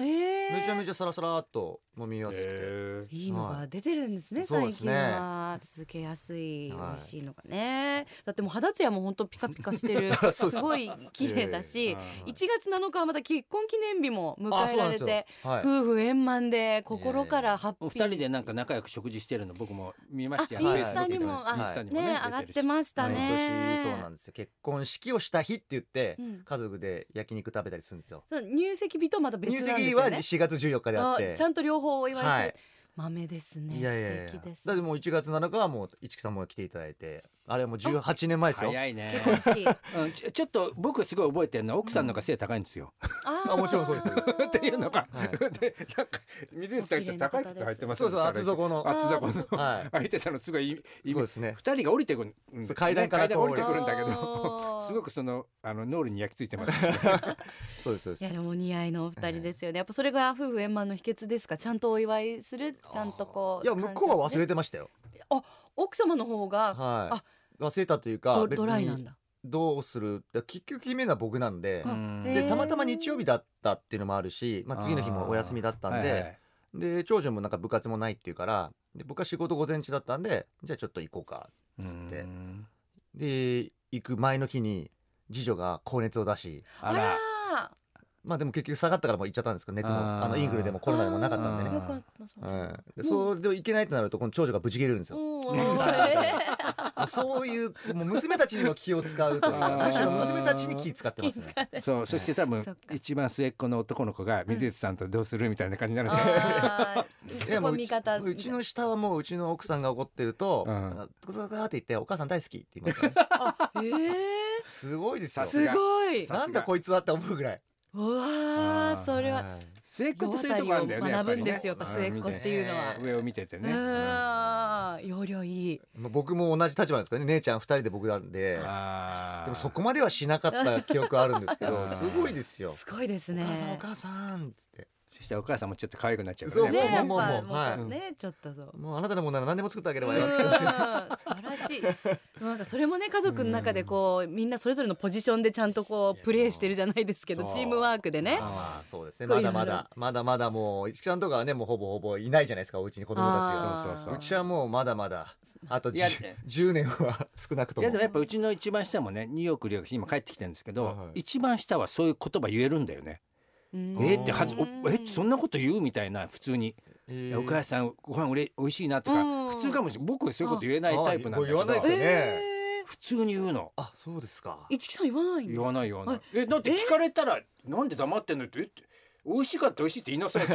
[SPEAKER 3] ー、
[SPEAKER 5] めちゃめちゃサラサラっと飲みやすくて、
[SPEAKER 2] え
[SPEAKER 3] いいのが出てるんですね、
[SPEAKER 5] はい
[SPEAKER 3] 最近は、続けやすい、
[SPEAKER 5] はい
[SPEAKER 3] 美味しいのがねだってもう肌ツヤも本当ピカピカして
[SPEAKER 5] (laughs)
[SPEAKER 3] るすごい綺麗だし、
[SPEAKER 2] え
[SPEAKER 3] 1月7日はまた結婚記念日も
[SPEAKER 5] あ
[SPEAKER 3] 迎
[SPEAKER 5] そ
[SPEAKER 3] え
[SPEAKER 5] うな
[SPEAKER 3] ら
[SPEAKER 5] んで
[SPEAKER 3] れ
[SPEAKER 5] す
[SPEAKER 3] て、
[SPEAKER 5] よ。はい。
[SPEAKER 3] 夫婦円満で心からハッピ
[SPEAKER 2] お
[SPEAKER 3] ー
[SPEAKER 2] 二人でなんか仲良く食事してるの僕も見ましたよ
[SPEAKER 3] あ
[SPEAKER 2] はい
[SPEAKER 5] インスタ
[SPEAKER 3] にも
[SPEAKER 2] はい
[SPEAKER 5] あ
[SPEAKER 2] インスタにも
[SPEAKER 3] ね
[SPEAKER 2] ね
[SPEAKER 3] 上がってました
[SPEAKER 5] 毎
[SPEAKER 3] ね
[SPEAKER 5] 年そうなんですよ。結婚式をした日って言って、
[SPEAKER 3] うん
[SPEAKER 5] 家族で焼肉食べたりするんですよ。
[SPEAKER 3] そう入籍日とまた別な
[SPEAKER 5] 入
[SPEAKER 3] んですよね
[SPEAKER 5] 籍は4月14日であって
[SPEAKER 3] あち、ゃんと両方お祝いする、
[SPEAKER 5] はい
[SPEAKER 3] 豆ですね
[SPEAKER 5] いやいやいや。
[SPEAKER 3] 素敵です
[SPEAKER 5] だってもう1月7日はもう市木さんも来ていただいて、あれはもう18年前ですよ。
[SPEAKER 2] 早いね
[SPEAKER 3] 結婚式
[SPEAKER 2] うんちょちょっと僕すごい覚えてるのは奥さんの方が背高いんですよ、
[SPEAKER 3] あ
[SPEAKER 5] (laughs)
[SPEAKER 3] ー
[SPEAKER 5] あもちろんそうですよ
[SPEAKER 2] (laughs) っていうのが、
[SPEAKER 5] はい
[SPEAKER 2] でなんか水内さんちょっと高い靴履いてます
[SPEAKER 5] そうそう厚底の。
[SPEAKER 2] 厚底の
[SPEAKER 5] は
[SPEAKER 2] 履いてたのすごいいい
[SPEAKER 5] い。
[SPEAKER 2] い
[SPEAKER 5] そうですね。
[SPEAKER 2] 二人が降りてくる、うん
[SPEAKER 5] そう階段から
[SPEAKER 2] ね降りてくるんだけ
[SPEAKER 3] あ
[SPEAKER 5] (laughs)
[SPEAKER 2] ど
[SPEAKER 3] ー
[SPEAKER 2] すごくそのあの脳裏に焼き付いてます、 (laughs)
[SPEAKER 5] そうですそうで
[SPEAKER 3] いや
[SPEAKER 5] す。
[SPEAKER 3] でもお似合いのお二人ですよねやっぱそれが夫婦円満の秘訣ですかちゃんとお祝いするちゃんとこう
[SPEAKER 5] いや向こうは忘れ
[SPEAKER 3] て
[SPEAKER 5] てましたよ。
[SPEAKER 3] 奥様の方が
[SPEAKER 5] は
[SPEAKER 3] あ
[SPEAKER 5] い。忘れたというか
[SPEAKER 3] ド
[SPEAKER 5] 別
[SPEAKER 3] ドライなん
[SPEAKER 5] に
[SPEAKER 3] だ
[SPEAKER 5] どうするだから結局決めるのは僕なんで
[SPEAKER 3] う。
[SPEAKER 2] ん
[SPEAKER 3] へ
[SPEAKER 5] で
[SPEAKER 3] ー
[SPEAKER 5] たまたま日曜日だったっていうのもあるし、まあ、次の日もお休みだったんで、
[SPEAKER 2] はいはい
[SPEAKER 5] で長女もなんか部活もないっていうからで僕は仕事午前中だったんでじゃあちょっと行こうかつって
[SPEAKER 2] うん
[SPEAKER 5] で行く前の日に次女が高熱を出し
[SPEAKER 2] あ
[SPEAKER 3] ら
[SPEAKER 2] ら
[SPEAKER 5] まあでも結局下がったからもう行っちゃったんですけど熱も
[SPEAKER 2] あー
[SPEAKER 5] あのインフルでもコロナでもなかったんでね
[SPEAKER 3] あーよかったそう
[SPEAKER 5] うん、で
[SPEAKER 3] うん
[SPEAKER 5] そうで行けないってなるとこの長女がブチ切れるんですよ。
[SPEAKER 3] おー
[SPEAKER 5] もうそういうもう娘たちにも気を使うという
[SPEAKER 2] あ
[SPEAKER 5] か
[SPEAKER 2] ー
[SPEAKER 5] むしろ娘たちに気使ってますね。
[SPEAKER 2] そうそして多分
[SPEAKER 3] そっか
[SPEAKER 2] 一番末っ子の男の子が水内さんとどうするみたいな感じになるんで、
[SPEAKER 3] あー
[SPEAKER 5] いや
[SPEAKER 3] そ
[SPEAKER 5] も
[SPEAKER 3] こ
[SPEAKER 5] うう
[SPEAKER 3] 味
[SPEAKER 5] ち
[SPEAKER 3] 方
[SPEAKER 5] うちの下はもううちの奥さんが怒ってると「
[SPEAKER 2] うん
[SPEAKER 5] なんかズカズカって言って「お母さん大好き」って言いますね
[SPEAKER 3] えー
[SPEAKER 5] すごいですよ
[SPEAKER 2] さ
[SPEAKER 3] すごい
[SPEAKER 2] さ
[SPEAKER 5] なんだこいつはって思うぐらい。
[SPEAKER 3] うわ
[SPEAKER 2] あ
[SPEAKER 3] ー
[SPEAKER 2] ー
[SPEAKER 3] それは
[SPEAKER 5] はい
[SPEAKER 2] 末っ子ってそういうとこあるんだよね
[SPEAKER 3] 世渡りを
[SPEAKER 2] やっ
[SPEAKER 3] 学ぶん
[SPEAKER 2] ぱりね
[SPEAKER 3] ですよやっぱ末っ子っていうのは
[SPEAKER 2] うん見てね上を見ててね、
[SPEAKER 3] う
[SPEAKER 2] うん
[SPEAKER 3] んさん容量いい
[SPEAKER 5] まあ僕も同じ立場なんですけどね姉ちゃん2人で僕なんで
[SPEAKER 2] あー
[SPEAKER 5] でもそこまではしなかった記憶あるんですけ
[SPEAKER 2] あ
[SPEAKER 5] ど
[SPEAKER 2] ー
[SPEAKER 5] すごいですよ
[SPEAKER 3] すごいで
[SPEAKER 5] 「
[SPEAKER 3] す
[SPEAKER 5] お
[SPEAKER 3] ね
[SPEAKER 5] 母さんお母さん」っつって
[SPEAKER 2] そしてお母さんもちょっと可愛くなっちゃうから
[SPEAKER 5] さん
[SPEAKER 3] ね
[SPEAKER 2] ね
[SPEAKER 3] やっぱ
[SPEAKER 5] もうもうもう
[SPEAKER 3] もう
[SPEAKER 5] はい
[SPEAKER 3] ねちょっとそう
[SPEAKER 5] 「もうあなたのもんなら何でも作ってあげれば
[SPEAKER 3] う
[SPEAKER 5] よ」
[SPEAKER 3] ん
[SPEAKER 5] って言って
[SPEAKER 3] 素晴らしい。でもなんかそれもね家族の中でこうみんなそれぞれのポジションでちゃんとこうプレーしてるじゃないですけど
[SPEAKER 2] そう
[SPEAKER 3] チームワークでね。
[SPEAKER 5] まあそうですね
[SPEAKER 3] こうい
[SPEAKER 5] ま
[SPEAKER 3] う
[SPEAKER 5] だま
[SPEAKER 3] の
[SPEAKER 5] だまだまだもう一木さんとかはねもうほぼほぼいないじゃないですかお家に子供たちが
[SPEAKER 2] あそうそう
[SPEAKER 5] うちはもうまだまだあと
[SPEAKER 2] いや
[SPEAKER 5] 10, 10年は少なくとも
[SPEAKER 2] いやでもやっぱうちの一番下もねニューヨーク留学して今帰ってきてるんですけど、
[SPEAKER 5] はいはい
[SPEAKER 2] 一番下はそういう言葉言えるんだよね。
[SPEAKER 3] うん
[SPEAKER 2] えーってはず
[SPEAKER 3] うん
[SPEAKER 2] おえそんなこと言うみたいな普通に、
[SPEAKER 5] えー
[SPEAKER 2] お母さんご飯おれ美味しいなとか、
[SPEAKER 3] うん
[SPEAKER 2] 普通かもしれない僕そういうこと言えないタイプなんだけ
[SPEAKER 5] あ
[SPEAKER 2] ど
[SPEAKER 5] あ言わないですよね
[SPEAKER 3] えー
[SPEAKER 2] 普通に言うの
[SPEAKER 5] あそうですか
[SPEAKER 3] 一木さん言わないんです
[SPEAKER 2] 言わない言わない
[SPEAKER 3] あ。
[SPEAKER 2] えだって聞かれたらなんで黙ってんのって言って美味しかった美味しいって言いなさいっ
[SPEAKER 3] (laughs)
[SPEAKER 2] て。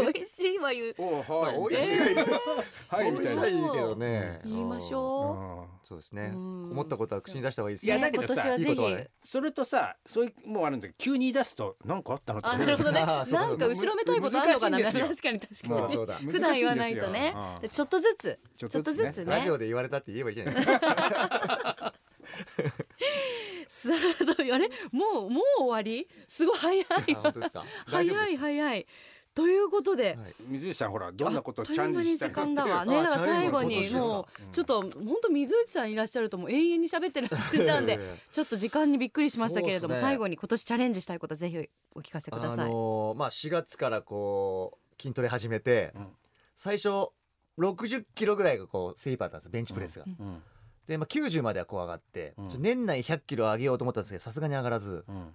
[SPEAKER 3] 美味しいは言う。
[SPEAKER 2] おう
[SPEAKER 5] ま
[SPEAKER 2] は
[SPEAKER 5] あ
[SPEAKER 2] い。
[SPEAKER 5] 美味しいはいい
[SPEAKER 2] はいみ
[SPEAKER 5] 美味
[SPEAKER 2] た
[SPEAKER 5] し
[SPEAKER 2] い
[SPEAKER 5] い
[SPEAKER 2] な
[SPEAKER 5] は。いいけどね
[SPEAKER 3] 言いまし
[SPEAKER 5] うん
[SPEAKER 3] ょ
[SPEAKER 2] うん
[SPEAKER 5] そうですね
[SPEAKER 3] うん
[SPEAKER 5] 思ったことは口に出した方がいいです
[SPEAKER 3] う。
[SPEAKER 2] いや
[SPEAKER 3] ね
[SPEAKER 2] だけどさ
[SPEAKER 3] 今年はい
[SPEAKER 5] い
[SPEAKER 3] ぜ
[SPEAKER 5] こ
[SPEAKER 3] ひ
[SPEAKER 5] とはね
[SPEAKER 2] それとさそういうもうあるんだけど急に言い出すとなん (laughs) かあったのって
[SPEAKER 3] あなるほどね。
[SPEAKER 5] あー
[SPEAKER 3] な
[SPEAKER 5] そうかそ
[SPEAKER 3] ん
[SPEAKER 5] う
[SPEAKER 3] か
[SPEAKER 5] か
[SPEAKER 3] 後ろめたいことあるのかな。
[SPEAKER 5] 難し
[SPEAKER 3] 確
[SPEAKER 5] いん
[SPEAKER 3] か
[SPEAKER 5] で
[SPEAKER 3] に
[SPEAKER 5] す
[SPEAKER 3] 確
[SPEAKER 5] そ
[SPEAKER 3] か
[SPEAKER 5] うそ
[SPEAKER 3] に。
[SPEAKER 5] う
[SPEAKER 2] (laughs)
[SPEAKER 5] だ
[SPEAKER 3] (laughs) 普段言わないとね
[SPEAKER 2] 難しいんですようん。
[SPEAKER 3] でちょっとずつ。
[SPEAKER 2] ち
[SPEAKER 3] ち
[SPEAKER 2] ょ
[SPEAKER 3] ょ
[SPEAKER 2] っ
[SPEAKER 3] っ
[SPEAKER 2] とず
[SPEAKER 3] と
[SPEAKER 2] つね
[SPEAKER 3] ずつ
[SPEAKER 5] ラ
[SPEAKER 3] ね (laughs)
[SPEAKER 5] ジ。オで言われたって言えばいいじゃないですか
[SPEAKER 3] さあどうあれもうもう終わり？すごい早い。
[SPEAKER 5] あ本当ですか大丈夫
[SPEAKER 3] 早い早い。ということで。
[SPEAKER 5] はい
[SPEAKER 2] 水内さんほらどんなことを
[SPEAKER 3] あっ
[SPEAKER 2] チャレンジした
[SPEAKER 3] という
[SPEAKER 2] か
[SPEAKER 3] 間に時間だわね。
[SPEAKER 5] あ
[SPEAKER 3] だから最後
[SPEAKER 5] チャレン
[SPEAKER 3] に
[SPEAKER 5] ジの
[SPEAKER 2] (laughs)
[SPEAKER 3] も
[SPEAKER 5] こ
[SPEAKER 3] うちょっと本当水内さんいらっしゃるともう永遠に喋ってらっし
[SPEAKER 5] (laughs)
[SPEAKER 3] ゃたんで
[SPEAKER 5] いやいやいや、
[SPEAKER 3] ちょっと時間にびっくりしましたけれど
[SPEAKER 5] そうで
[SPEAKER 3] も、
[SPEAKER 5] すね
[SPEAKER 3] 最後に今年チャレンジしたいことぜひお聞かせくださ
[SPEAKER 5] あ
[SPEAKER 3] い。
[SPEAKER 5] のーまあ4月からこう筋トレ始めて、
[SPEAKER 2] うん
[SPEAKER 5] 最初60キロぐらいがこう精一杯だったんですベンチプレスが、
[SPEAKER 2] うん
[SPEAKER 5] で、まあ、90まではこう上がって、
[SPEAKER 2] うん
[SPEAKER 5] ちょ年内100キロ上げようと思ったんですけどさすがに上がらず、
[SPEAKER 2] うん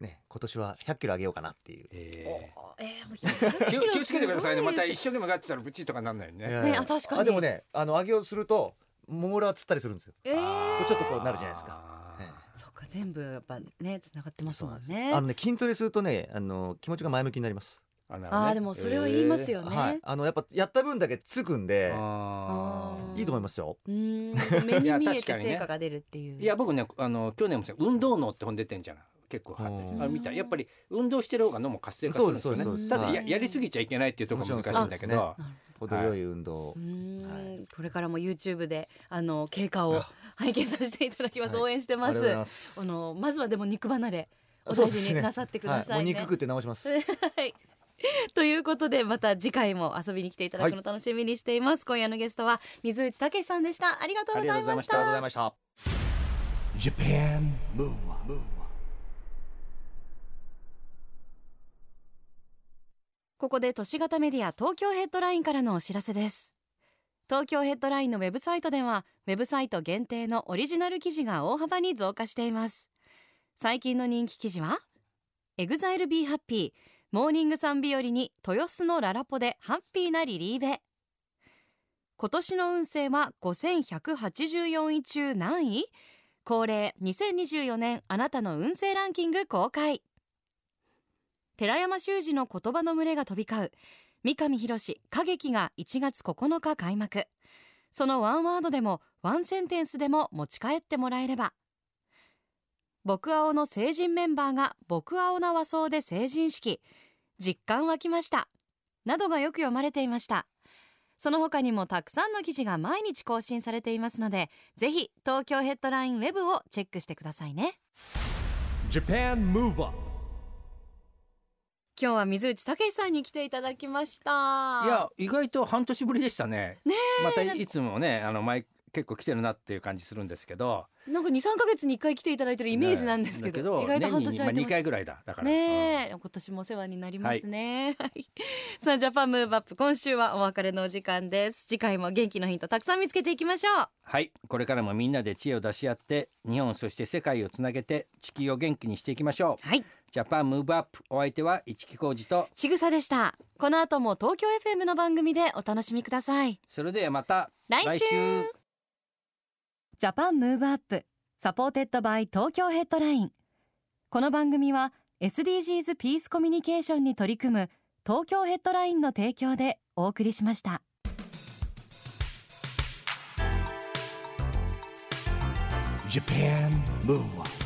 [SPEAKER 5] ね、今年は100キロ上げようかなっていう、
[SPEAKER 2] えー
[SPEAKER 3] えーもう100
[SPEAKER 2] 気
[SPEAKER 3] キ
[SPEAKER 2] を
[SPEAKER 3] ロ
[SPEAKER 2] 気をつけてくださいね
[SPEAKER 3] すご
[SPEAKER 2] また
[SPEAKER 3] で
[SPEAKER 2] 一
[SPEAKER 3] す
[SPEAKER 2] 生懸命がってたらブチッとかなんないよ
[SPEAKER 5] い
[SPEAKER 2] ね
[SPEAKER 5] やいや
[SPEAKER 3] ねあ確かに
[SPEAKER 5] あでもねあの上げようとするとモーラーつったりするんですよ
[SPEAKER 3] えー
[SPEAKER 5] これちょっとこうなるじゃないですか
[SPEAKER 2] か
[SPEAKER 5] ええ
[SPEAKER 3] そっか全部やっぱね繋がってますもんね。
[SPEAKER 5] あのね筋トレするとねあの気持ちが前向きになります、
[SPEAKER 2] あなるほどね
[SPEAKER 3] ああーでもそれは言いますよ
[SPEAKER 5] は
[SPEAKER 3] ね
[SPEAKER 5] い。あのやっぱやった分だけつくん
[SPEAKER 2] え
[SPEAKER 5] で
[SPEAKER 2] ーあ
[SPEAKER 3] あ
[SPEAKER 2] ー
[SPEAKER 5] いいと思いますよ
[SPEAKER 3] うーん目
[SPEAKER 2] い
[SPEAKER 3] に
[SPEAKER 2] や
[SPEAKER 3] 見え
[SPEAKER 2] 確か
[SPEAKER 3] て
[SPEAKER 2] にね
[SPEAKER 3] 成果が出るっていう。
[SPEAKER 2] いや僕ねあの去年もさ運動能って本出てんじゃない結構は
[SPEAKER 5] うん
[SPEAKER 2] あれ見たやっぱり運動してる方が脳も活性化するんですよ
[SPEAKER 3] そうですそうで
[SPEAKER 2] ね
[SPEAKER 3] す
[SPEAKER 2] ただ
[SPEAKER 3] はい
[SPEAKER 2] ややりすぎちゃいけないっていうところが難しいんだけ
[SPEAKER 5] も
[SPEAKER 2] ど
[SPEAKER 3] なるほど
[SPEAKER 5] 程よい運動を、
[SPEAKER 3] うーん
[SPEAKER 5] は
[SPEAKER 3] これからも YouTube であの経過を
[SPEAKER 5] あ
[SPEAKER 3] 拝見させていただきます、
[SPEAKER 5] はい
[SPEAKER 3] 応援して
[SPEAKER 5] ありがと
[SPEAKER 3] ます
[SPEAKER 5] うございます
[SPEAKER 3] あのまずはでも肉離れお
[SPEAKER 5] そう
[SPEAKER 3] 大
[SPEAKER 5] です
[SPEAKER 3] 事に
[SPEAKER 5] ね
[SPEAKER 3] なさってくださ
[SPEAKER 5] はいい、
[SPEAKER 3] ね。
[SPEAKER 5] お肉食って直します。
[SPEAKER 3] ということでまた次回も遊びに来ていただくの楽しみにしています、今夜のゲストは水内武さんでしたありがとうございました。
[SPEAKER 5] いました。
[SPEAKER 1] Japan Move Up,
[SPEAKER 3] ここで都市型メディア東京ヘッドラインからのお知らせです東京ヘッドラインのウェブサイトではウェブサイト限定のオリジナル記事が大幅に増加しています最近の人気記事はエグザイルビーハッピーモーニングさん日和に豊洲のララポでハッピーなリリーベ今年の運勢は5184位中何位恒例2024年あなたの運勢ランキング公開寺山修司の言葉の群れが飛び交う三上博史歌劇が1月9日開幕そのワンワードでもワンセンテンスでも持ち帰ってもらえれば僕青の成人メンバーが僕青な和装で成人式実感湧きましたなどがよく読まれていましたその他にもたくさんの記事が毎日更新されていますのでぜひ東京ヘッドラインウェブをチェックしてくださいね
[SPEAKER 1] Japan Move Up,
[SPEAKER 3] 今日は水内武さんに来ていただきました
[SPEAKER 2] いや意外と半年ぶりでしたね
[SPEAKER 3] ね
[SPEAKER 2] またいつもねあの前結構来てるなっていう感じするんですけど
[SPEAKER 3] なんか二三ヶ月に一回来ていただいてるイメージなんですけど、
[SPEAKER 2] ね
[SPEAKER 3] 意外と
[SPEAKER 2] 年
[SPEAKER 3] 半
[SPEAKER 2] に
[SPEAKER 3] 年空いて
[SPEAKER 2] まあ、
[SPEAKER 3] ま
[SPEAKER 2] 2
[SPEAKER 3] す。
[SPEAKER 2] 回ぐらいだだから
[SPEAKER 3] ねえ、今年もお世話になりますね。はい、さあ、ジャパンムーブアップ、今週はお別れのお時間です。次回も元気のヒントたくさん見つけていきましょう。
[SPEAKER 2] はいこれからもみんなで知恵を出し合って日本そして世界をつなげて地球を元気にしていきましょう
[SPEAKER 3] はい、
[SPEAKER 2] ジャパンムーブアップお相手は市木浩二と
[SPEAKER 3] ちぐさでした。この後も東京 FM の番組でお楽しみください。
[SPEAKER 2] それではまた
[SPEAKER 3] 来週
[SPEAKER 4] ジャパンムーブアップサポーテッドバイ東京ヘッドラインこの番組は SDGs ピースコミュニケーションに取り組む東京ヘッドラインの提供でお送りしました。
[SPEAKER 1] Japan Move Up.